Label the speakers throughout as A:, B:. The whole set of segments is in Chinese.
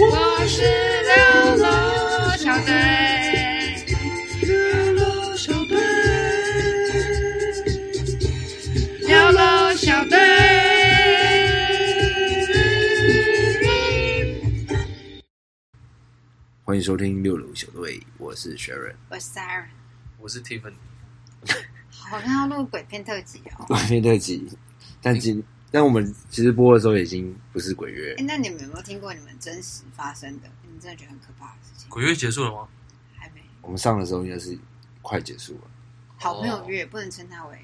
A: 我是流浪小队，流浪小队，流浪小队。
B: 欢迎收听六楼小队，我是 Sharon。
C: 我是 Siren，
D: 我是 Tiffany，
C: 好像要录鬼片特辑哦。
B: 鬼片特辑，但今但我们其实播的时候已经不是鬼月
C: 哎、，那你们有没有听过你们真实发生的？你们真的觉得很可怕的事情？
D: 鬼月结束了吗？
C: 还没，
B: 我们上的时候应该是快结束了。
C: 好朋
D: 哦
C: 友月不能称它为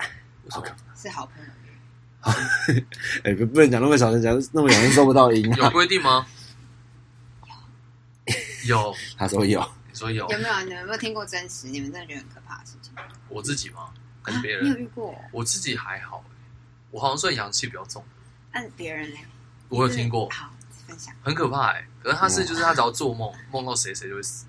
D: 为什么
C: 是好朋友月，
B: 哎、不不能讲那么小声，讲那么小声收不到音、
D: 有
B: 啊。
D: 规定吗？有，
B: 他说有，
D: 你说有，
C: 有没啊有？你们有没有听过真实？你们真的觉得很可怕的事情？
D: 我自己吗？还
C: 啊
D: 是别
C: 你有
D: 人？
C: 遇过？
D: 我自己还好欸，我好像算阳气比较重。
C: 那别人呢？
D: 我有听过，
C: 好，分享。
D: 很可怕哎。可是他是就是他只要做梦，梦到谁谁就会死，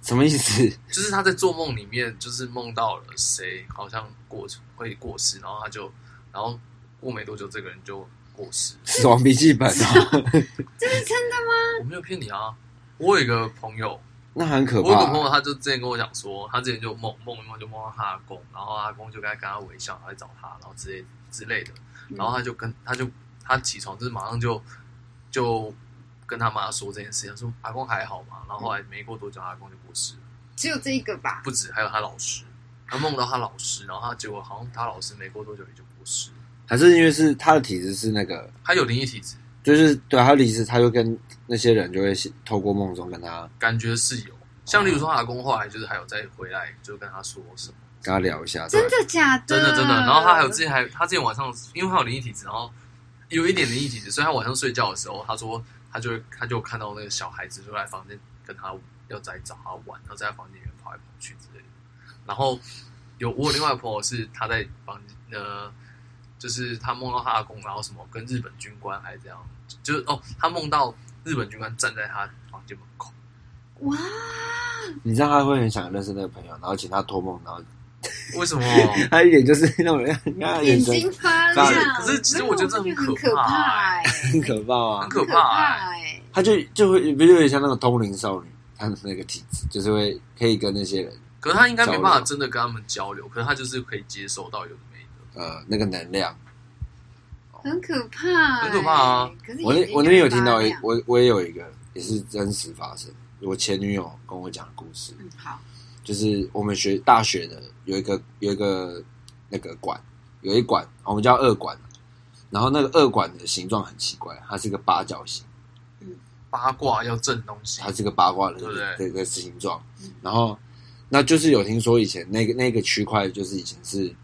B: 什么意思？
D: 就是他在做梦里面就是梦到了谁好像过会过世，然后他就然后过没多久这个人就过世。
B: 死亡笔记本哦，
C: 这是真的吗？
D: 我没有骗你啊，我有一个朋友，
B: 那很可
D: 我有个
B: 怕
D: 朋。友，他就之前跟我讲说，他之前就梦梦一梦就梦到他阿公，然后他阿公就跟他跟他微笑，他来找他，然后之类之类的，然后他就跟他就他起床就是马上就就跟他妈说这件事情，他说阿公还好嘛，然后后来没过多久，他阿公就过世了，
C: 只有这一个吧？
D: 不止还有他老师，他梦到他老师，然后他结果好像他老师没过多久也就过世了，
B: 还是因为是他的体质是那个，
D: 他有灵异体质，
B: 就是对啊他的体质，他就跟那些人就会透过梦中跟他
D: 感觉是有，像例如说他阿公后来就是还有再回来，就跟他说什么。
B: 跟他聊一下。
C: 真的假的？
D: 真的真的。
C: 啊
D: 然后他还有之前还，他之前晚上因为他有灵异体质，然后有一点灵异体质，所以他晚上睡觉的时候，他说他就会他就看到那个小孩子就在房间跟他要在找他玩，然后在他房间里面跑来跑去之类的。然后有我有另外一个朋友是他在房呃，就是他梦到他阿公，然后什么跟日本军官还是这样，就是哦，他梦到日本军官站在他房间门口，
C: 哇，
B: 你知道他会很想认识那个朋友，然后请他托梦，然后
D: 为什么？
B: 他一脸就是那种，你看他眼
C: 眼
B: 神
C: 睛发
B: 发
C: 亮。
D: 可是其实我觉得这很
C: 没有我觉
D: 可
C: 得很可
D: 怕
C: 怕、欸，
B: 很可怕啊
D: 很！可
C: 很可
D: 怕
C: 怕、欸。
B: 他就就会不就有点像那个通灵少女，她的那个体质，就是会可以跟那些人
D: 可是他应该没办法真的跟他们交流，可是他就是可以接受到有的没的。
B: 呃那个能量。
C: 很可怕、欸，
D: 很可怕啊！
C: 可是
B: 我
C: 眼
B: 那
C: 睛啊
B: 我那边有听到
C: 发
B: 一
C: 亮，
B: 我我也有一个也是真实发生，我前女友跟我讲的故事，
C: 嗯，好，
B: 就是我们学大学的有一个有一个那个馆，有一馆我们叫二馆，然后那个二馆的形状很奇怪，它是个八角形。
D: 八卦要正东西
B: 它，是个八卦的
D: 对不对
B: 这个形状
C: 嗯。
B: 然后，那就是有听说以前那个那个区块，就是以前是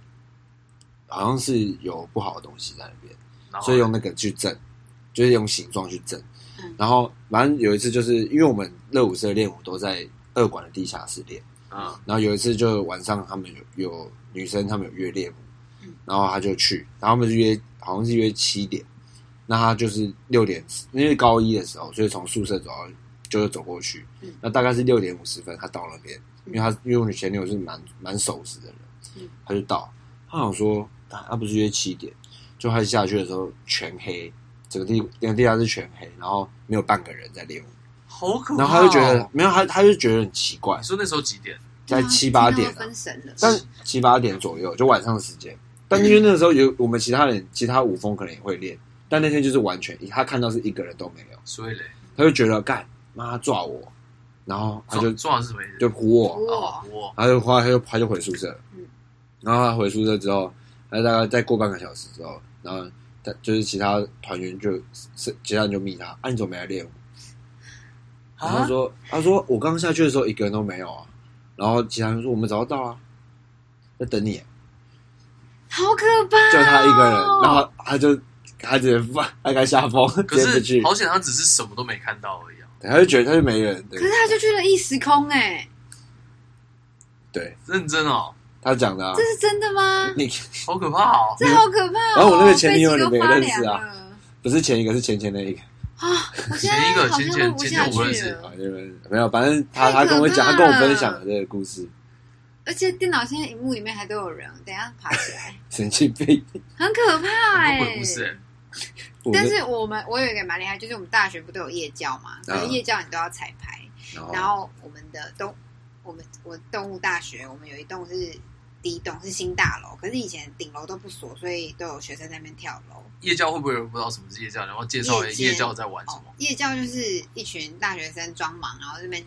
B: 好像是有不好的东西在那边，
D: 然后
B: 所以用那个去震，就是用形状去震
C: 嗯。
B: 然后，反正有一次就是因为我们热舞社练舞都在二馆的地下室练，
D: 嗯，
B: 然后有一次就晚上他们有有女生他们有约练舞
C: 嗯，
B: 然后他就去，然后他们就约好像是约七点，那他就是六点，因为高一的时候，所以从宿舍走到就是走过去
C: 嗯，
B: 那大概是六点五十分他到那边，
C: 嗯
B: 因为他因为我前女友是蛮蛮守时的人
C: 嗯，
B: 他就到，他想说他他不是约七点，就他下去的时候全黑，整个地整个地下室全黑，然后没有半个人在练舞，
D: 好
C: 哦
D: 可怕、
B: 然后他就觉得，没有他他就觉得很奇怪
D: 你，说那时候几点？
B: 在七八点
C: 听到
B: 啊
C: 分。神了，
B: 但七八点左右就晚上的时间。但因为那个时候有我们其他人，其他舞风可能也会练，但那天就是完全他看到是一个人都没有，
D: 所以嘞，
B: 他就觉得干妈抓我，然后他就
D: 撞撞的哦是什么意思？
B: 就唬我，
D: 哦
C: 哇，，
D: 我
B: 然后就后来他就他就回宿舍
C: 嗯，
B: 然后他回宿舍之后，他大概再过半个小时之后，然后他就是其他团员就是其他人就密他，啊你怎么没来练舞？然后他
D: 啊，
B: 说他说我刚下去的时候一个人都没有啊，然后其他人说我们早就到了，在等你啊、
C: 好可怕、哦！
B: 就他一个人，然
C: 啊
B: 后他就他直接放，他该吓疯，
D: 可
B: 直接不
D: 是
B: 去，
D: 好险，他只是什么都没看到而已啊，
B: 对他就觉得他就没人，对
C: 可是他就去了异时空、哎，
B: 对，
D: 认真哦，
B: 他讲的、啊
C: 这，是真的吗？
B: 你
D: 好可怕哦。
C: 这好可怕、哦！
B: 然后我那个前女友你们也认
C: 背脊
B: 识啊
C: 都发凉了
B: 不是前一个是前前那一个，
C: 啊！我现
D: 前
C: 在
D: 一个
C: 好像
D: 前
C: 录不
D: 前
C: 下
D: 前我认
C: 去
D: 识
C: 了，
B: 啊，就是没有，反正他他跟我讲，
C: 太
B: 他
C: 可怕
B: 跟我分享了这个故事，
C: 而且电脑现在荧幕里面还都有人，等一下爬起来，
B: 神经病！
C: 很可怕
D: 很
C: 哎、
D: 多鬼故事、欸。
B: 我
C: 但是我们我有一个蛮厉害，就是我们大学不都有夜教嘛？
B: 嗯哦
C: 有夜教你都要彩排，
B: 然后
C: 然后我们的动，我们我动物大学，我们有一栋是第一栋是新大楼，可是以前顶楼都不锁，所以都有学生在那边跳楼。
D: 夜教会不会有人不知道什么是夜教？然后介绍哎
C: 夜间
D: 夜教在玩什
C: 哦
D: 么？，
C: 夜教就是一群大学生装忙，然后这边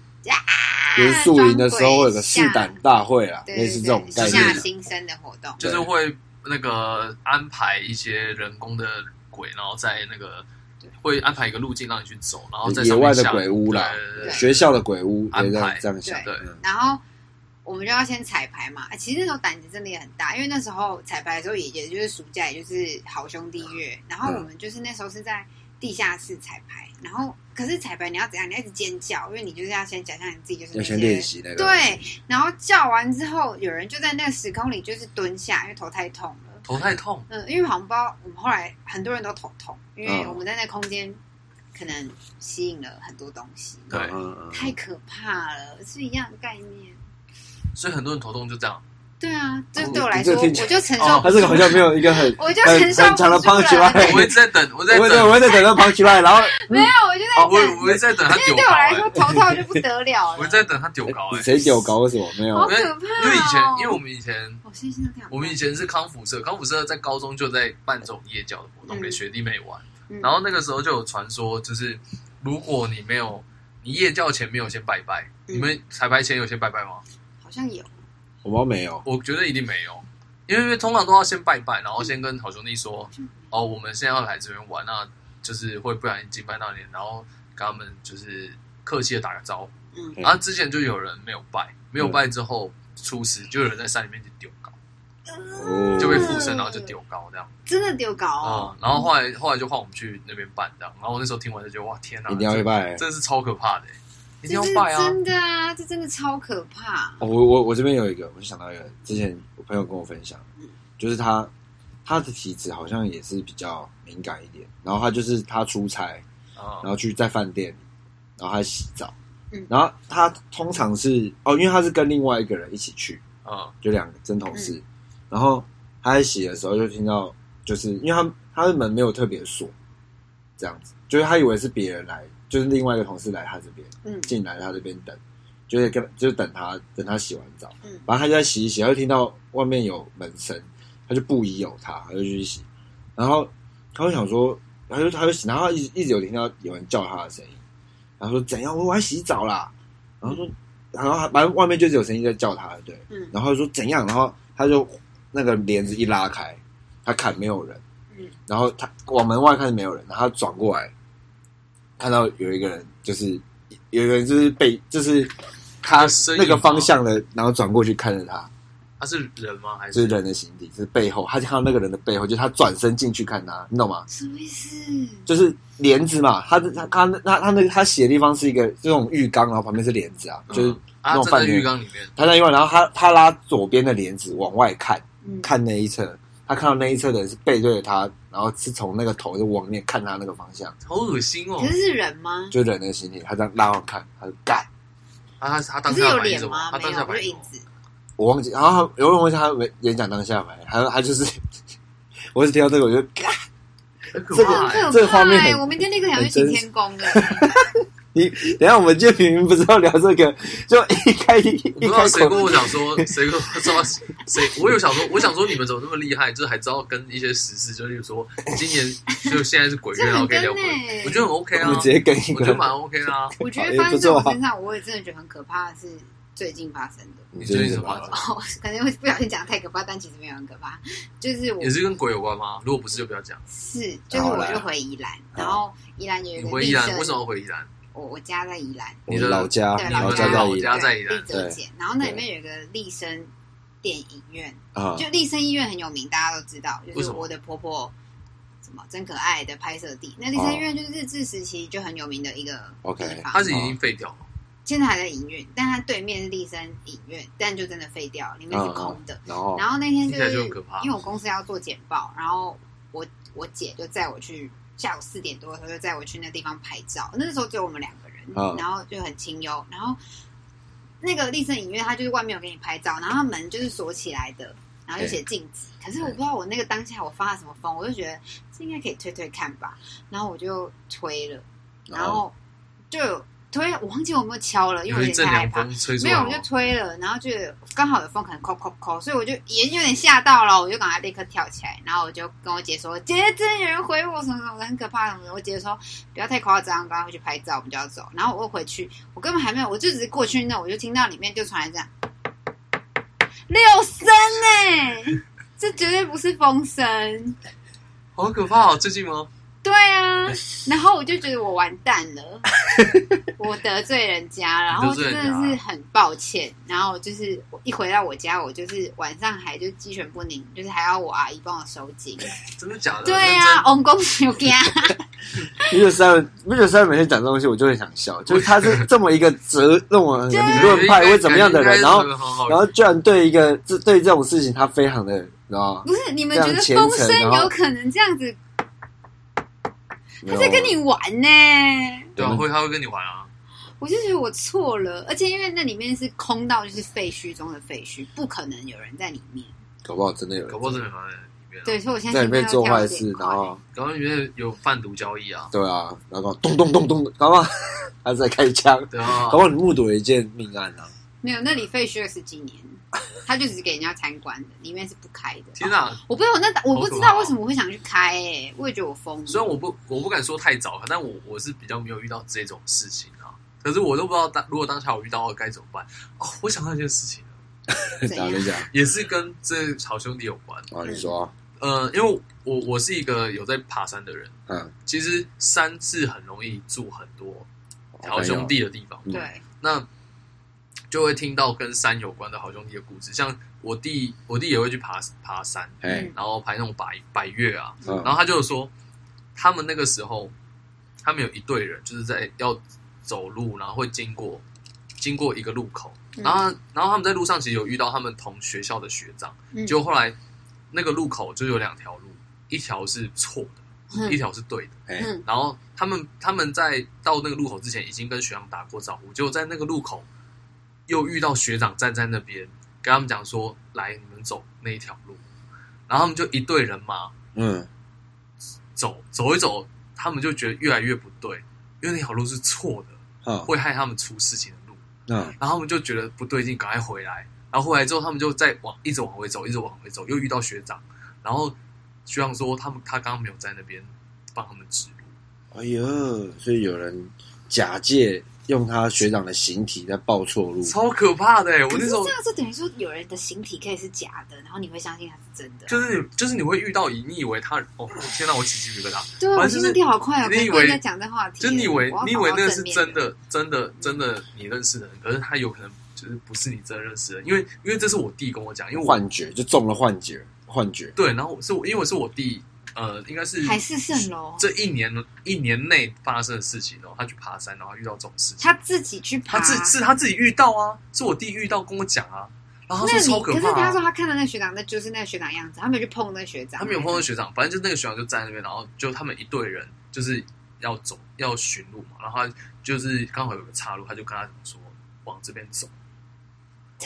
B: 比如
C: 啊，
B: 宿营的时候会有个试
C: 装
B: 胆大会啦，
C: 鬼，
B: 类
C: 对
B: 似
C: 对
B: 这种
C: 对，
B: 概
C: 吓
B: 念啊。
C: 新生的活动。
D: 就是会那个安排一些人工的鬼，然后在那个会安排一个路径让你去走，然后在
B: 野
D: 上
B: 外
D: 面
B: 的
D: 下
B: 鬼屋啦
D: 对对对，
B: 学校的鬼屋，
D: 安
B: 对，这样
D: 排
B: 这样想。
D: 对
B: 嗯
C: 然后我们就要先彩排嘛。哎其实那时候胆子真的也很大，因为那时候彩排的时候也也就是暑假，也就是好兄弟月。
B: 嗯
C: 然后我们就是那时候是在地下室彩排，然后可是彩排你要怎样？你要一直尖叫，因为你就是要先假象你自己就是
B: 要
C: 那
B: 先
C: 些
B: 练习那个。
C: 对，然后叫完之后，有人就在那个时空里就是蹲下，因为头太痛了。
D: 头太痛，
C: 嗯，因为好像不知道我们后来很多人都头痛，因为
B: 嗯
C: 我们在那空间可能吸引了很多东西，
D: 对
B: 嗯，嗯嗯
C: 太可怕了，是一样的概念。
D: 所以很多人头痛就这样。
C: 对啊，这
B: 哦
C: 对我来
B: 你这
C: 说，
B: 个
C: 我
B: 听起来
C: 就承
D: 哦
C: 受
B: 他
C: 不
B: 这
C: 住
B: 个好
C: 了，
B: 像没有一个很，
C: 我就
B: 很
C: 承受
B: 很长的
C: 不住了
B: punchline
D: 我一直在等，我在
B: 我
D: 等，
B: 对我在等他 punch line，然后嗯
C: 没有，我就
D: 哦我
C: 在等，
D: 我一直在等他
C: 因
D: 丢
C: 为对
D: 高、
C: 我来说
D: 欸，
C: 头套就不得了
D: 我一
C: 了
D: 直，在等他丢高、欸，
B: 谁有搞为什么没
C: 好
B: 有？啊
D: 因为
C: 可怕哦
D: 因为以前因为我们以前
C: 我先心脏跳。
D: 我们以前是康复社，康复社在高中就在办这种夜教的活动
C: 嗯
D: 给学弟妹玩，
C: 嗯
D: 然后那个时候就有传说，就是如果你没有你夜教前没有先拜拜，
C: 嗯
D: 你们彩排前有先拜拜吗？
C: 好像有，
B: 我们没有，
D: 我觉得一定没有，因为因为通常都要先拜拜，然后先跟好兄弟说
C: 嗯，
D: 哦，我们现在要来这边玩，那就是会不小心惊拜到你，然后跟他们就是客气的打个招呼。
C: 嗯
B: 对
D: 然后啊之前就有人没有拜，没
B: 嗯
D: 有拜之后出事，就有人在山里面就丢高，
B: 哦
D: 就被附身，然后就丢高这样。
C: 真的丢搞
D: 啊、
C: 哦，
D: 然后后来后来就换我们去那边办这样，然后我那时候听完就觉得哇天哪，
B: 一定要去拜
D: 这，真的是超可怕的、欸
C: 这
D: 一定要
C: 是
D: 拜啊！
C: 真的啊，这真的超可怕。
B: 哦我我我这边有一个，我就想到一个，之前我朋友跟我分享，就是他他的体质好像也是比较敏感一点，然后他就是他出差，
D: 啊
B: 然后去在饭店，然后他洗澡
C: 嗯，
B: 然后他通常是哦，因为他是跟另外一个人一起去，
D: 啊
B: 就两个真同事，然后他在洗的时候就听到，就是因为他他的门没有特别锁，这样子，就是他以为是别人来，就是另外一个同事来他这边
C: 嗯
B: 进来他这边等，就是跟就是等他等他洗完澡，
C: 嗯
B: 然后他就在洗一洗，他就听到外面有门声，他就不疑有他，他就去洗，然后他就想说，他就他就洗，然后他一直一直有听到有人叫他的声音，然后说怎样，我我要洗澡啦，然后说。然后他反正外面就是有声音在叫他，对，
C: 嗯
B: 然后他就说怎样，然后他就那个帘子一拉开，他看没有人，
C: 嗯
B: 然后他往门外看没有人，然后他转过来，看到有一个人，就是有一个人就是被就是他
D: 身影
B: 那个
D: 吗
B: 方向的，然后转过去看着他，
D: 他是人吗？还
B: 就是
D: 是
B: 人的形体，就是背后，他就看到那个人的背后，就是他转身进去看他，你懂吗？
C: 什么意思？
B: 就是帘子嘛，他他他他他那个他写的地方是一个这种浴缸，然后旁边是帘子啊，就是
D: 嗯
B: 那
D: 啊，
B: 种
D: 站在
B: 饭店
D: 浴缸里面，
B: 他在另外，然后他他拉左边的帘子往外看。
C: 嗯，
B: 看那一侧，他看到那一侧的人是背对着他，然后是从那个头就往面看他那个方向，
D: 好恶心哦
C: 可！是是人吗？
B: 就忍的心里，他这样拉往看，他就干，
D: 啊，他他
C: 可
D: 当
C: 是
D: 下
C: 有
D: 反应
C: 脸
D: 什么
C: 吗？？
D: 他
C: 没
D: 当下
C: 有，不
D: 反
C: 是影
D: 应什么？
C: 子。
B: 我忘记，然后他有人问他演讲当下没，还还就是， 我是听到这个我就干，
D: 很
B: 这
D: 可
B: 个
D: 怕
C: 很
D: 欸、
C: 可
B: 这个
C: 怕
B: 画面
C: 欸
B: 很
C: 我明天立刻想去
B: 很真
C: 行
B: 实
C: 天宫的。欸
B: 你等一下我们今天明明不是要聊这个，就一开一
D: 我不知
B: 一
D: 道
B: 开
D: 谁跟
B: 口
D: 我讲说，谁跟我说谁？我有想说，我想说你们怎么那么厉害，就是还知道跟一些时事，就例如说今年就现在是鬼月，
C: 这很
D: 然后可以聊鬼
C: 跟欸，
D: 我觉得很 OK
B: 我
D: 啊，
B: 们直接跟一
D: 我觉得
B: 个，
D: 蛮 OK 的啊。
C: 我觉得
B: 也
C: 发
B: 不
C: 生在我
B: 错啊
C: 身上，我也真的觉得很可怕，是最近发生的。
B: 你
D: 最近
B: 什
D: 怎么
B: 么
D: 了？
C: 哦， 可能会不小心讲得太可怕，但其实没有很可怕。就是我
D: 也是跟鬼有关吗？如果不是，就不要讲。
C: 是，就是
B: 好
C: 我
B: 啦
C: 就回宜兰，
B: 好
C: 然后宜兰有一
D: 你
C: 个
D: 回
C: 立
D: 宜兰，
C: 正
D: 为什么要回宜兰？
C: 我我家在宜兰，
B: 我的老家，
C: 对
B: 老
D: 老
B: 啊家
D: 家
B: 在
D: 老
B: 宜
D: 家
B: 兰
D: 在宜兰
C: 立泽街，然后那里面有一个立生电影院，
B: 啊，
C: 就立生医院很有名，大家都知道，就
D: 为
C: 是
D: 什么
C: 我的婆婆什么真可爱的拍摄地。那立生医院就是日治时期就很有名的一个地
B: 哦 OK
C: 方，
D: 它是已经废掉了，
C: 现在还在营运，但它对面是立生影院，但就真的废掉，里面
B: 嗯
C: 是空的。
B: 啊然后
C: 然后那天
D: 哦听
C: 就
D: 起来就
C: 是
D: 很可怕
C: 嗯因为我公司要做简报，然后我我姐就载我去下午四点多的时候就载我去那地方拍照，那时候只有我们两个人，
B: 嗯
C: 然后就很清幽，然后那个丽声影院，它就是外面有给你拍照，然后它门就是锁起来的，然后就写禁止。可是我不知道我那个当下我发了什么疯，我就觉得这应该可以推推看吧，然后我就推了，然
B: 哦
C: 后就有推，我忘记我有没有敲了，因为我
D: 有一
C: 有点
D: 阵
C: 太害
D: 凉
C: 怕。
D: 风吹出
C: 没
D: 来
C: 有，
D: 哦，
C: 我就推了，然后就刚好有风，可能扣扣扣，所以我就也有点吓到了，我就赶快立刻跳起来，然后我就跟我姐说：“姐，真的有人回我什么什么的，很可怕什么的。”我姐说：“不要太夸张，赶快回去拍照，我们就要走。”然后我又回去，我根本还没有，我就只是过去那，我就听到里面就传来这样六声呢、这绝对不是风声。
D: 好可怕哦！最近吗？
C: 对啊，然后我就觉得我完蛋了，我得罪人家，然后
D: 得罪
C: 真
D: 人
C: 的
D: 家
C: 是很抱歉。然后就是我一回到我家，我就是晚上还就鸡犬不宁，就是还要我阿姨帮我收紧。
D: 真的假的？
C: 对
D: 认
C: 啊，翁公有家，
B: 米雪三米雪三每天讲这东西，我就很想笑，就是他是这么一个哲那 种理
D: 真哎
B: 论派或怎么样的人，然后
D: 感觉应该是很好
B: 然后居然对一个这对这种事情他非常的，你知道吗？
C: 不是你们觉
B: 非常
C: 得
B: 虔
C: 风
B: 诚
C: 声
B: 然后
C: 有可能这样子？他
B: 没有
C: 在跟你玩呢、
D: 对啊，会他会跟你玩啊，
C: 我就觉得我错了，而且因为那里面是空到就是废墟中的废墟，不可能有人在里面。
B: 搞不好真的有
D: 搞
B: 人
D: 不好真的有人在里面啊。
C: 对，所以我现在
B: 在里面
C: 心
B: 做
C: 跳跳
B: 坏
C: 得有
B: 事
C: 点，快
B: 然后
D: 搞不好里面有贩毒交易啊，
B: 对啊，然后咚咚咚咚，搞不好他在开枪，
D: 对啊
B: 搞，不好你目睹了一件命案啊！
C: 没有，那里废墟了十几年，他就只是给人家参观的，里面是不开的。
D: 天啊哪！
C: 我不知道，那我不知
D: 好可
C: 道
D: 怕
C: 为什么我会想去开、欸，我也觉得我疯了。
D: 虽然我不我不敢说太早，但我我是比较没有遇到这种事情啊。可是我都不知道当如果当下我遇到了该怎么办哦。我想到一件事情，啊
C: 怎
B: 大
C: 样嗯
B: 家 都讲
D: 也是跟这好兄弟有关。
B: 啊，你说啊，
D: 呃，因为我我是一个有在爬山的人，
B: 嗯，
D: 其实山是很容易住很多好兄弟的地方，
B: 嗯
C: 对，
D: 那就会听到跟山有关的好兄弟的故事。像我弟，我弟也会去爬爬山，
B: 哎，
D: 然后拍那种百百越啊，
B: 嗯
D: 然后他就说，他们那个时候，他们有一队人就是在要走路，然后会经过经过一个路口，
C: 嗯
D: 然后然后他们在路上其实有遇到他们同学校的学长，
C: 嗯
D: 结果后来那个路口就有两条路，一条是错的，一条是对的。
B: 哎，
C: 嗯
D: 然后他们他们在到那个路口之前已经跟学长打过招呼，结果在那个路口又遇到学长站在那边跟他们讲说：“来，你们走那一条路。”然后他们就一队人马
B: 嗯，
D: 走走一走，他们就觉得越来越不对，因为那条路是错的，
B: 好，
D: 会害他们出事情的路。
B: 嗯，
D: 然后他们就觉得不对劲，赶快回来。然后回来之后，他们就再往一直往回走，一直往回走，又遇到学长。然后学长说他们他刚刚没有在那边帮他们指路，
B: 哎呦，所以有人假借用他学长的形体在报错路，
D: 超可怕的、欸！我
C: 可
D: 那
C: 是
D: 时候
C: 这样就等于说有人的形体可以是假的，然后你会相信它是真的。
D: 就是就是你会遇到以你以为他哦天哪，我起鸡皮疙瘩，
C: 对啊，
D: 反
C: 我
D: 正就是
C: 心跳好快哦！
D: 你
C: 刚
D: 以
C: 刚
D: 为
C: 在讲这话题，
D: 就是你以为
C: 我要
D: 你以为
C: 找到
D: 那个
C: 正
D: 是
C: 面
D: 真，的真的真的你认识的人，可是他有可能就是不是你真的认识的人，因为因为这是我弟跟我讲，因为我
B: 幻觉就中了幻觉，幻觉，
D: 对，然后是我因为我是我弟，呃，应该是
C: 海市蜃楼。
D: 这一年一年内发生的事情哦。他去爬山，然后遇到这种事情，
C: 他自己去爬，
D: 他自是他自己遇到啊，是我弟遇到跟我讲啊，然后
C: 那
D: 他
C: 你
D: 说超
C: 可是
D: 怕、
C: 他说
D: 啊。
C: 他看到那学长，那就是那个学长样子，他没有去碰那个学长，欸
D: 他没有碰到学长，反正就那个学长就站在那边，然后就他们一队人就是要走要寻路嘛，然后他就是刚好有个岔路，他就跟他讲说往这边走，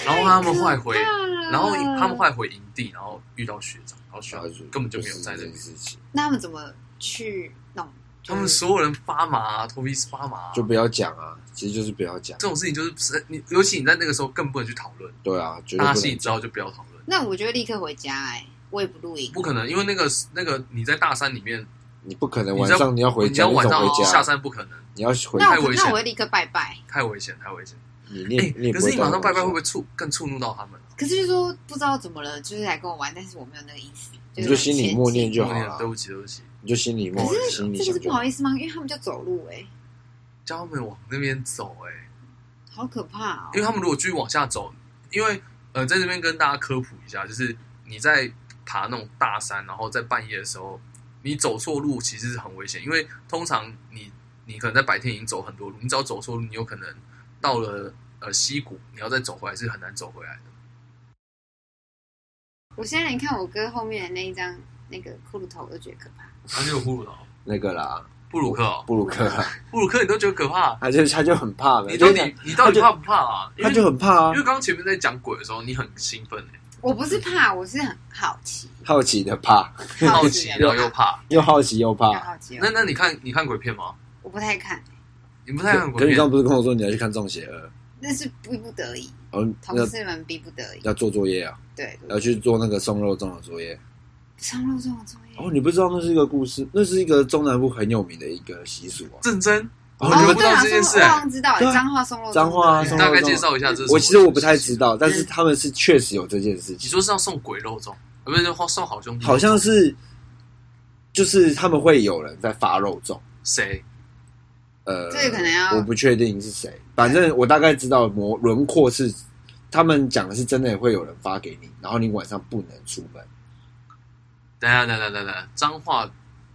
D: 然后他们后来回
C: 太可怕了
D: 然后他们后来回营地，然后遇到学长，然后学
B: 小
D: 长
B: 孩子
D: 根本就没有在那
B: 这
D: 边
B: 件。事情，
C: 那他们怎么去弄？
D: 他们所有人发麻、头皮发麻、
B: 就不要讲啊，其实就是不要讲，
D: 这种事情就是你，尤其你在那个时候更不能去讨论，
B: 对啊，绝对
D: 大家
B: 不
D: 心里
B: 能，
D: 知道就不要讨论，
C: 那我就会立刻回家、哎，我也不录音，
D: 不可能，因为那个那个你在大山里面，
B: 你不可能
D: 你
B: 晚
D: 知道
B: 上你要回
D: 你
B: 家，
D: 要
B: 你
D: 晚
B: 怎
D: 上
B: 么回
D: 下
B: 家？
D: 山不可能，
B: 你要回，
C: 那
D: 太
C: 我
D: 危险
C: 那我会立刻拜拜。
D: 太危险，太危险。
B: 你你也
D: 哎，
B: 你也
D: 可
B: 不
D: 是
B: 会
D: 你
B: 到
D: 马上拜拜
B: 晚
D: 会不会触更触怒到他们？啊
C: 可是就说不知道怎么了，就是来跟我玩，但是我没有那个意思，
B: 你
C: 是
B: 就心里默念
C: 前进
B: 就好了
D: 对不起，对不起，
B: 你就心里默
D: 可是
B: 心里
C: 这
B: 想
C: 个是
B: 就
C: 不
B: 好
C: 好意思吗？因为他们就走路、哎，
D: 叫他们往那边走，哎，
C: 好可怕哦
D: 因为！他们如果继续往下走，因为呃，在这边跟大家科普一下，就是你在爬那种大山，然后在半夜的时候，你走错路其实是很危险，因为通常你你可能在白天已经走很多路，你只要走错路，你有可能到了呃溪谷，你要再走回来是很难走回来的。
C: 我现在你看我哥后面的那一张那个骷髅头，我都觉得可怕。
D: 他就有呼噜了，
B: 那个啦，
D: 布鲁克哦，
B: 布鲁克啊，
D: 布鲁克你都觉得可怕，
B: 他就他就很怕了，
D: 你到
B: 就
D: 底你到底怕不怕啊？因
B: 他
D: 为
B: 就很怕啊
D: 因为，刚刚前面在讲鬼的时候，你很兴奋哎，
C: 我不是怕，我是很好奇，
B: 好奇的怕，
D: 好奇然后又怕。
B: 又好奇又
C: 比较
B: 怕。
C: 好奇哦。
D: 那那你看你看鬼片吗？
C: 我不太看，
D: 你不
B: 可
D: 太看
B: 可
D: 鬼
B: 你刚
D: 片
B: 刚不是跟我说你要去看《中邪二
C: 那是逼不得已，》，
B: 然后
C: 同
B: 那
C: 事们逼不得已。
B: 要做作业啊，
C: 对，
B: 要去做那个送肉粽的作业。
C: 上路这种作
B: 哦，
C: 业，
B: 你不知道那是一个故事，那是一个中南部很有名的一个习俗啊。
D: 正真，
B: 哦你们
D: 不
C: 对
D: 知道
C: 啊，
D: 这件事
C: 我
D: 哎
C: 好像知道
B: 对啊
C: 脏话送肉粽，
B: 脏话啊
C: 对
B: 送肉
D: 大
B: 粽
D: 概介绍一下这是什么
B: 我其实我不太知道，但是
D: 嗯
B: 他们是确实有这件事
D: 你
B: 情，
D: 说是要送鬼肉粽，呃，不是送好兄弟肉粽，
B: 好像是就是他们会有人在发肉粽，
D: 谁？
B: 呃，
C: 这个可能要
B: 我不确定是谁，反正我大概知道模轮廓是他们讲的是真的会有人发给你，然后你晚上不能出门，
D: 等一下等一下等一下，脏话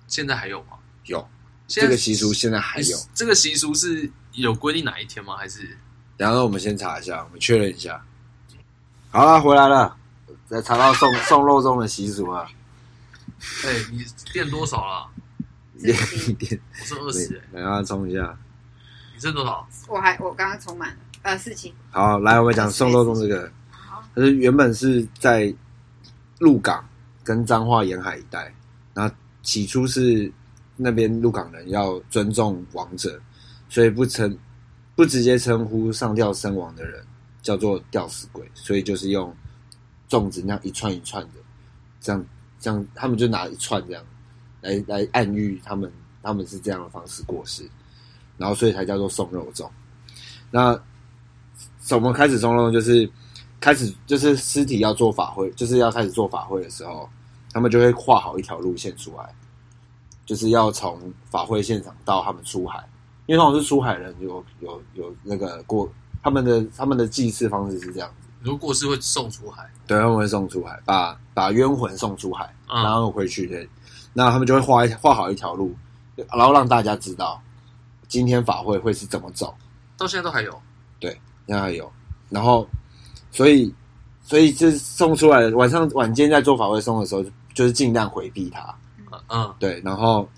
D: 现在还有吗？
B: 有
D: 现
B: 这
D: 在
B: 个习俗现在还有
D: 你，这个习俗是有规定哪一天吗？还是
B: 然后我们先查一下，我们确认一下。好啦，回来了，再查到送送肉粽的习俗啊，
D: 哎、你变多少了？
B: 点
C: 是
B: 点，
D: 我是二十、哎
B: 等一下冲一下。
D: 你剩多少？
C: 我还我刚刚充满了呃事情，
B: 好，来我们讲送肉粽这个，它是原本是在鹿港跟彰化沿海一带，然后起初是那边鹿港人要尊重王者，所以不称不直接称呼上吊身亡的人叫做吊死鬼，所以就是用粽子那样一串一串的，这样这样他们就拿一串这样来来暗喻他们他们是这样的方式过世，然后所以才叫做送肉粽。那我们开始中弄就是开始就是尸体要做法会，就是要开始做法会的时候，他们就会画好一条路线出来，就是要从法会现场到他们出海，因为通常是出海人有有有那个过他们的他们的祭祀方式是这样子，
D: 如果是会送出海，
B: 对，他们会送出海，把把冤魂送出海，
D: 嗯
B: 然后回去的，那他们就会画一画好一条路，然后让大家知道今天法会会是怎么走。
D: 到现在都还有。
B: 现在有，然后所以所以就是送出来，晚上晚间在做法会送的时候，就是尽量回避它，
D: 嗯嗯，
B: 对，然后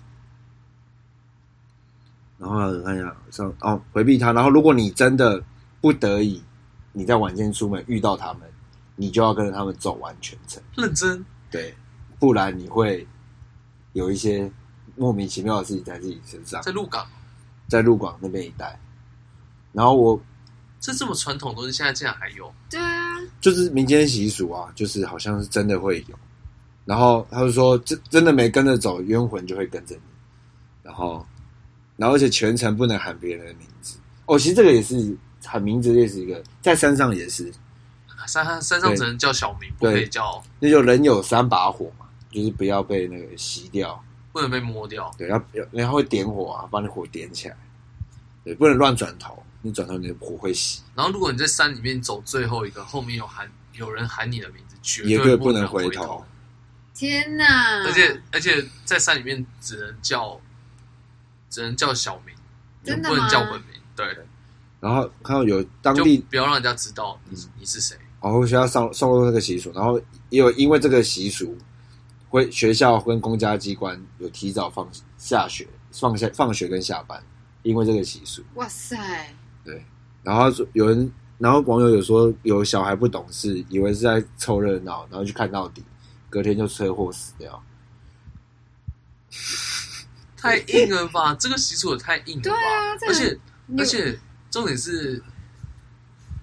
B: 然后我看一下上哦，回避它，然后如果你真的不得已，你在晚间出门遇到他们，你就要跟着他们走完全程，
D: 认真。
B: 对，不然你会有一些莫名其妙的事情在自己身上
D: 在，鹿港，
B: 在鹿港那边一带，然后我
D: 这这么传统的东西，现在竟然还有。
C: 对啊，
B: 就是民间习俗啊，就是好像是真的会有。然后他就说，真真的没跟着走，冤魂就会跟着你。然后，然后而且全程不能喊别人的名字。哦，其实这个也是喊名字，也是一个在山上也是，
D: 山上山上只能叫小名，不可以叫，
B: 那就人有三把火嘛，就是不要被那个熄掉，
D: 不能被摸掉。
B: 对，要要然后会点火啊，把你火点起来，对，不能乱转头，你转头你的火会熄，
D: 然后如果你在山里面走最后一个，后面有喊有人喊你的名字，绝
B: 也
D: 对
B: 不
D: 能
B: 能回
D: 头
B: 头。。
C: 天哪！
D: 而且而且在山里面只能叫，只能叫小名，就
C: 真的
D: 不能
C: 吗
D: 叫本名。对，
B: 然后看到有当
D: 就
B: 地嗯
D: 不要让人家知道你你是谁。
B: 然后学校哦上上入那个习俗，然后也有因为这个习俗，会学校跟公家机关有提早放下学、放下放学跟下班，因为这个习俗。
C: 哇塞，
B: 然后有人，然后网友有说有小孩不懂事，以为是在凑热闹，然后去看到底，隔天就车祸死掉。
D: 太硬了吧？这个习俗也太硬了吧？
C: 对啊这
D: 而
C: 个
D: 且
C: 你
D: 而且重点是，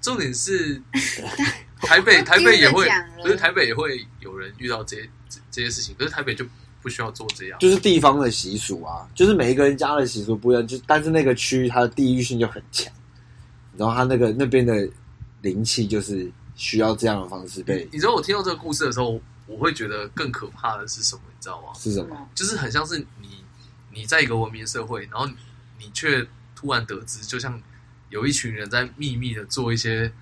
D: 重点 是台北台北也
C: 我都丢
D: 会
C: 了讲，了
D: 可是台北也会有人遇到这些这这些事情，可是台北就不需要做这样。
B: 就是地方的习俗啊，就是每一个人家的习俗不一样，就但是那个区它的地域性就很强，然后它那个那边的灵气就是需要这样的方式被
D: 你知道我听到这个故事的时候，我会觉得更可怕的是什么？你知道吗？
B: 是什么？
D: 就是很像是你你在一个文明社会，然后你却突然得知，就像有一群人在秘密的做一些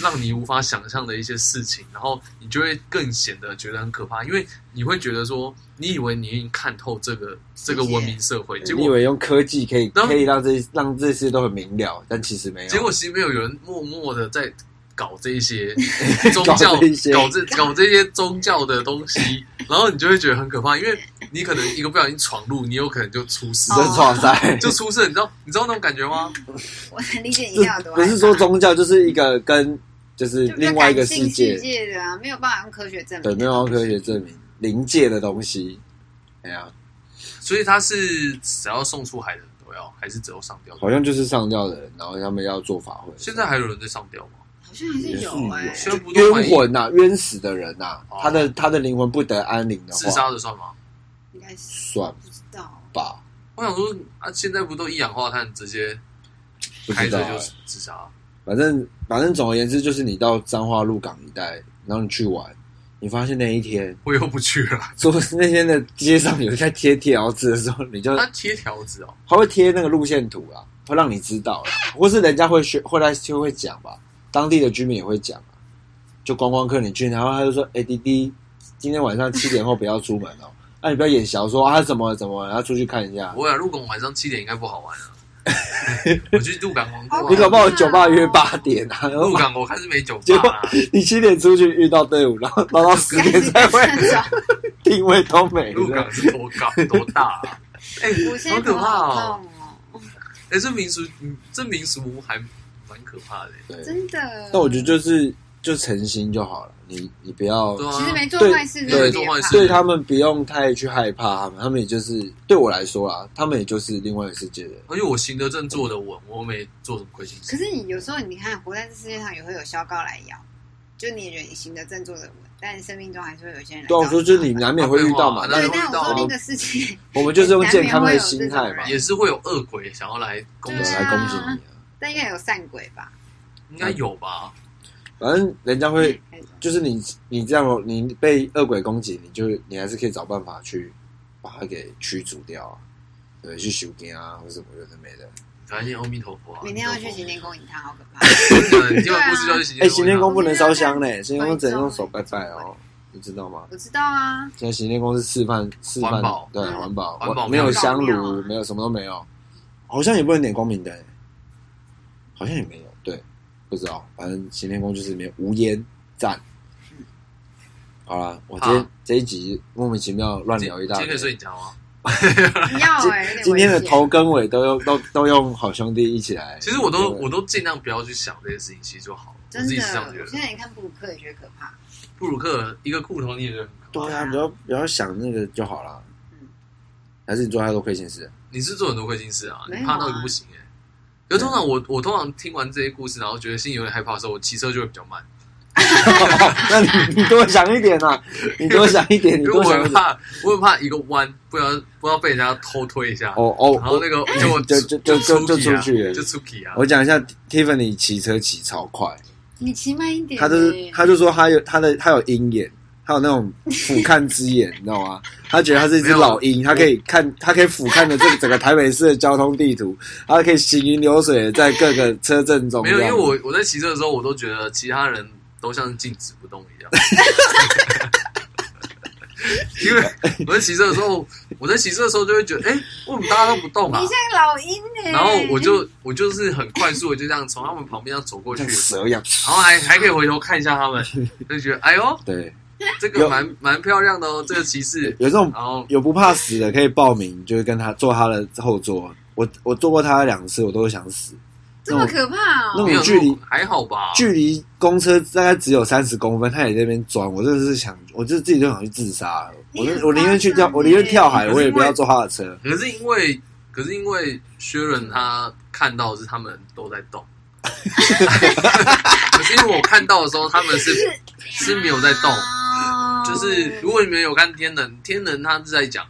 D: 让你无法想象的一些事情，然后你就会更显得觉得很可怕，因为你会觉得说，你以为你已经看透这个这个文明社会，结
B: 你以
D: 果
B: 为用科技可以
D: 然后
B: 可以让这让这些都很明了，但其实没有。
D: 结果其实没有有人默默的在。搞这一 些宗教，
B: 搞这一些
D: 搞这搞这些宗教的东西，然后你就会觉得很可怕，因为你可能一个不小心闯入，你有可能就出事
B: 真，
C: 哦
B: 哇塞！
D: 就出事。你知道你知道那种感觉吗？
C: 我能理解你一定要有
B: 这
C: 多
B: 不是说宗教，就是一个跟就是
C: 就比较
B: 另外一个
C: 感性
B: 世
C: 世
B: 界
C: 的啊，没有办法用科学证
B: 对，
C: 明。
B: 没有用科学证明临界的东西。哎呀，
D: 所以他是只要送出海的人都要，还是只有上吊？
B: 好像就是上吊的人，然后他们要做法会。
D: 现在还有人在上吊吗？
C: 好像还是
B: 也是
C: 有哎、
D: 宣布
B: 冤魂呐、冤死的人呐、
D: 哦
B: 他的他的灵魂不得安宁的
D: 自
B: 话，
D: 杀的算吗？
C: 应该是
B: 算
C: 不知道。
B: 吧，
D: 我想说啊，现在不都一氧化碳直接
B: 不
D: 开
B: 知道、
D: 着就
B: 欸。
D: 自杀？
B: 反正反正总而言之，就是你到彰化鹿港一带，然后你去玩，你发现那一天，
D: 我又不去了。
B: 说那天的街上有人在贴条子的时候，你就
D: 他贴条子哦，
B: 他会贴那个路线图啦，会让你知道啦，或是人家会学会来就会讲吧，当地的居民也会讲啊。就观光客你去，然后他就说：“哎、滴滴，今天晚上七点后不要出门哦。”那、你不要眼小说啊，怎么了怎么了，然后出去看一下。
D: 我想入啊港晚上七点应该不好玩 了。我去鹿港玩
C: 哦
D: 过
B: 你搞
D: 啊，
B: 不好酒吧约八点啊，然后
D: 鹿港我看是没酒
B: 结
D: 吧
B: 果
D: 啊，
B: 你七点出去遇到队伍，然后然后到十点才回来，定位都没
D: 鹿
B: 了
D: 港。是多 高多大啊？哎，
C: 我现在
D: 好可
C: 头
D: 怕
C: 好
D: 哦！
C: 痛哦，
D: 哎，这民俗，嗯这民俗还蛮可怕的。
B: 对，
C: 真的。
B: 但我觉得就是就诚心就好了，你你不要
D: 对
C: 其实
D: 啊，
C: 没做
B: 对
C: 坏事，
B: 对
C: 没
D: 做坏事
B: 对他们不用太去害怕他们，他们也就是对我来说啦，他们也就是另外一个世界的人。
D: 而且我行得正坐得稳，我没做什么亏心
C: 可
D: 事。
C: 是你有时候你看，活在这世界上也会有肖高来咬，就你人行得正坐得稳，但生命中还是会有些人来
B: 对啊，我
C: 找你
B: 说就是你难免会遇到哦嘛，
D: 对
C: 对
B: 那
D: 难，
C: 但
D: 免会遇到
C: 我
D: 啊
C: 说那个世界，
B: 我们就是用健康的心态嘛，
D: 也是会有恶鬼想要来攻
B: 对
D: 击，
B: 来攻击你啊。
C: 但应该有善鬼吧？
D: 应该有吧？
B: 反正人家会，
C: 还是
B: 就是你你这样，你被恶鬼攻击，你就你还是可以找办法去把它给驱逐掉啊，对，去修根啊或什么有的没的。
D: 感谢阿弥陀佛啊！
C: 明天要去行
D: 行
C: 天宫饮啊汤，好可 怕！
D: 天，你听完故事就要去行
B: 哎，
D: 天
B: 行天宫
D: 宫
B: 不能烧香嘞，行天宫只能用手拜拜哦，你知道吗？
C: 我知道啊，
B: 现在行天宫是示范示范
D: 环保，
B: 对，
C: 嗯
B: 环保，
D: 环保
B: 没有
D: 没有
B: 香
C: 照料
B: 炉，
C: 啊
B: 没有什么都没有，好像也不能点光明灯，好像也没有，对，不知道，反正行天宫就是没有无烟赞。好了，我今天
D: 好
B: 这一集莫名其妙乱聊一大
D: 啊今天可
B: 堆
D: 以，啊睡你家吗？
C: 你要哎，有点
B: 今天的
C: 危险
B: 头跟尾都用都都用好兄弟一起来。
D: 其实我都
B: 对
D: 我都尽量不要去想这件事情，其实就好了。我
C: 真
D: 自己
C: 的
D: 是这样觉，
C: 我
D: 得
C: 现。在你看布鲁克也觉得可怕，
D: 布鲁克一个裤头你也觉得很可怕
B: 对啊，不要不要想那个就好了
C: 嗯。
B: 还是你做太多亏心事，
D: 你是做很多亏心事啊，
C: 没
D: 你
C: 有啊
D: 怕到一个不行哎、可是通常我我通常听完这些故事，然后觉得心里有点害怕的时候，我骑车就会比较慢，
B: 那你你多想一点呐，你多想一点，你
D: 因为我
B: 多想一
D: 很
B: 点。
D: 怕，我很怕一个弯，不然不要被人家偷推一下，
B: 哦哦，
D: 然后那个就我
B: 就就就就就
D: 出
B: 出去
D: 去
B: 了
D: 啊，就出去啊
B: 我。讲一下 Tiffany 骑车骑超快，
C: 你骑慢一点耶。
B: 他就是他就说他有他的他有鹰眼，他有那种俯瞰之眼， 你知道吗？他觉得他是一只老鹰，
D: 哎
B: 他可以看，他可以俯瞰的 这个整个台北市的交通地图，他可以行云流水地在各个车阵中。
D: 没有，
B: 这
D: 因
B: 样
D: 为我我在骑车的时候，我都觉得其他人都像是静止不动一样。 因为我在骑车的时候，我在骑车的时候就会觉得，哎、为什么大家都不动啊
C: 你？像老鹰哎。
D: 然后我就我就是很快速的就这样从他们旁边这样走过去
B: 像，蛇一样，
D: 然后还还可以回头看一下他们，就觉得哎呦，
B: 对，
D: 这个蛮蛮漂亮的哦，这个骑士。
B: 有这种
D: 然后
B: 有不怕死的可以报名，就是跟他坐他的后座。我我坐过他两次，我都想死。
C: 这么可怕
B: 那
C: 哦
B: 我！
D: 没有
B: 距离
D: 那么还好吧？
B: 距离公车大概只有三十公分，他也在那边钻，我真的是想，我就自己就想去自杀了。我
C: 你很
B: 就我宁愿去
C: 夸张
B: 跳，我宁愿
C: 耶
B: 跳海，
D: 可是
B: 我也不
D: 因为
B: 要坐他的车。
D: 可是因为可是因为薛仁他看到的是他们都在 动，可是因为我看到的时候他们是是没有在动，
C: 哦啊
D: 就是如果你们有看天能，天能他是在讲。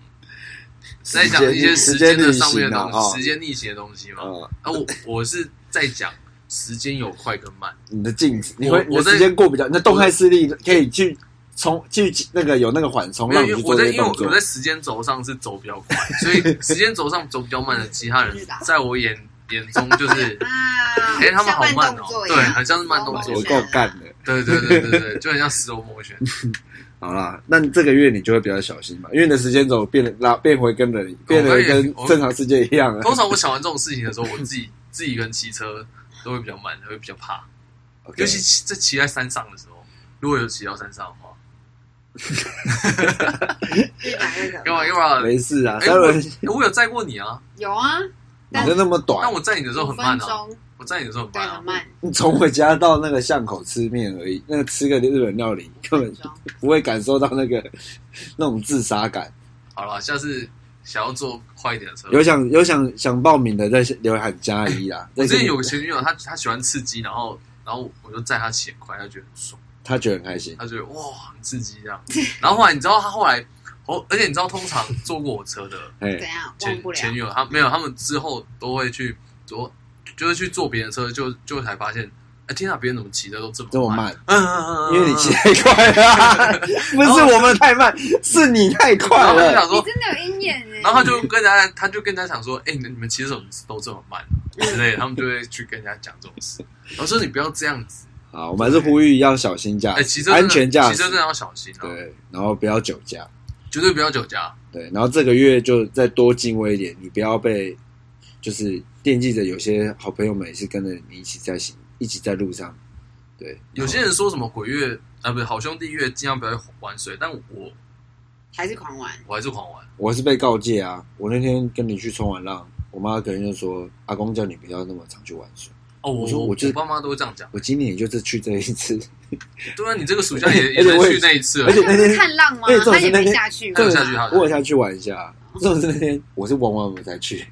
D: 在讲一些时间的上面的东西，
B: 时
D: 时间逆行啊的东西嘛。
B: 呃，
D: 啊，我我是在讲时间有快跟慢，
B: 你的镜子，你会
D: 我
B: 你的
D: 在
B: 时间过比较，你的动态视力可以去冲去那个有那个缓冲，
D: 没有，
B: 让
D: 因
B: 你
D: 为
B: 去
D: 我
B: 做
D: 在
B: 这
D: 因
B: 些
D: 为我
B: 动
D: 我在。
B: 作
D: 时间轴上是走比较快，所以时间轴上走比较慢的其他人，在我眼眼中 就是，
C: 啊，
D: 哎、他们好
C: 像
D: 慢
C: 动
D: 哦、
C: 作一
D: 对，
C: 样
D: 很像是慢动
B: 我
D: 作
C: 我，
B: 够干的。
D: 对对对对对，就很像 slow motion。
B: 好啦，那你这个月你就会比较小心嘛，因为你的时间轴变得拉变回跟人变得
D: 哦我可以
B: 跟
D: 我
B: 正常世界一样了。
D: 通常我想完这种事情的时候，我自己自己一个人骑车都会比较慢，会比较怕，
B: OK
D: 尤其骑在骑在山上的时候，如果有骑到山上的话，
C: 日版那
D: 干
C: 个
D: 嘛干嘛？
B: 没事啊，
D: 哎
B: 三轮
D: 我有载过你啊，
C: 有啊，
B: 你就那么短
D: 但，哎我载你的时候
C: 五
D: 很慢
C: 分
D: 啊，
C: 钟，
D: 我载你的时候很
C: 对，
D: 慢
C: 很
D: 啊。
C: 慢，
B: 你从我家到那个巷口吃面而已， 那个吃个日本料理根
C: 分
B: 本
C: 钟。
B: 不会感受到那个那种自杀感。
D: 好了，下次想要坐快一点的车。
B: 有想有想想报名的，再留喊加一啦。
D: 我
B: 但
D: 之
B: 是
D: 前哦有个前女友，她她喜欢刺激，然后然后我就载她骑很快，她觉得很爽，
B: 他觉得很开心，
D: 她觉得哇很刺激这样。 然后后来你知道她后来，哦，而且你知道通常坐过我车的
C: 怎
B: 哎，
C: 样忘
D: 前
C: 不了？
D: 前女友，她没有，他们之后都会去坐，就是去坐别人的车，就就才发现，哎天啊，别人怎么骑的都这么
B: 这么
D: 慢？
B: 慢，
D: 嗯嗯嗯，嗯
B: 因为你骑。太快 了，不是我们太慢，是你太快
D: 哦然后我就
B: 了。
D: 想
C: 你
D: 说，
C: 真的有鹰眼哎！
D: 然后他就跟人家，他就跟人家讲说，哎、你你们骑什么都这么慢啊
B: 嗯
D: 之类的，他们就会去跟人家讲这种事。我说你不要这样子，
B: 好，我们还是呼吁要小心驾
D: 哎、骑
B: 驶，
D: 车真的
B: 嗯安全驾
D: 骑
B: 驶
D: 车，真的要小心啊，
B: 对，然后不要酒驾，
D: 绝对不要酒驾。
B: 对，然后这个月就再多敬畏一点，你不要被就是惦记着有些好朋友们也是跟着你一起在行，一起在路上，对，
D: 有些人说什么鬼月啊，不是好兄弟月，尽量不要玩水，但我
C: 还是狂玩，
D: 我还是狂玩。
B: 我是被告诫啊，我那天跟你去冲完浪，我妈可能就说阿公叫你不要那么常去玩水。
D: 哦，我
B: 我说我
D: 我
B: 就是
D: 爸妈都会这 样讲。
B: 我今年也就是去这一次，
D: 对啊，你这个暑假也
B: 而
D: 也
B: 且
D: 能
B: 哎我也
D: 去那一次了
B: 而且那
C: 他是
B: 天哎
C: 看浪吗
B: 而且？重
C: 他
B: 点是
C: 也
B: 那
C: 没
B: 天
C: 下去啊吗
D: 他？有
B: 对
D: 下去，他
B: 我
D: 有
B: 有
D: 下去
B: 下去玩一下。这种是那天我是玩完我才 去，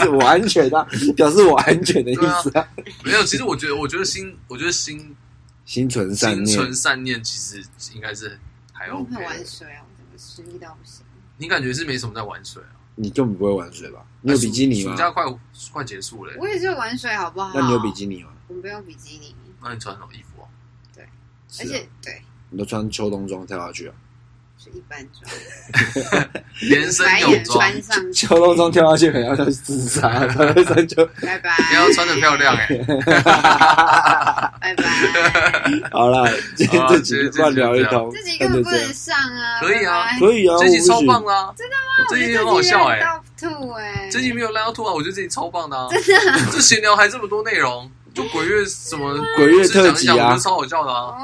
B: 是我安全啊，表示我安全的意思啊。
D: 没有，其实我觉得，我觉得心，我觉得心
B: 心存善
D: 心
B: 念，
D: 存善念，其实应该是还
C: 我不会
D: OK
C: 玩
D: 的。
C: 水啊，我整个失忆到不行。
D: 你感觉是没什么在玩水啊？
B: 你根本不会玩水吧？你有
D: 哎暑
B: 比基尼吗
D: 暑？假快快结束了欸，
C: 我也是有玩水，好不好？
B: 那你有比基尼吗？
C: 我不用比基尼，
D: 那你穿什么衣服啊？
B: 是
C: 而
B: 啊
C: 且对，
B: 你都穿秋冬装跳下去啊？
C: 是一般装，
D: 连身
C: 白
D: 泳
C: 眼
D: 装，
C: 穿上去，
B: 秋冬装跳下去可能要去自杀， 穿秋
C: 拜拜。
D: 你要穿的漂亮，哎、
C: 拜 拜。
B: 好了，今天
D: 好啦
B: 这集
D: 今天这集
B: 乱聊一
D: 就这样
B: 通，
C: 自己根
B: 那就
C: 本不
B: 这
C: 能
B: 样，
C: 上啊！
D: 可以啊
C: 拜拜
B: 可以啊，
D: 这集超棒
B: 了，
D: 啦！真的吗这集很好
C: 我觉得这集
D: 笑哎、
C: 烂到吐哎！
D: 这集没有烂到吐啊，我觉得这集超棒的、啊，真的。这闲聊还这么多内容，就鬼月什么
B: 鬼月特
D: 就
B: 辑
D: 讲一讲我觉得，超好笑
B: 啊
D: 的啊！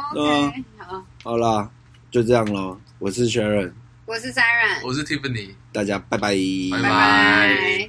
C: OK，好，
B: 好啦，就这样咯。我是 Sharon，
C: 我是 Siren，
D: 我是 Tiffany。
B: 大家拜拜
D: 拜
C: 拜拜。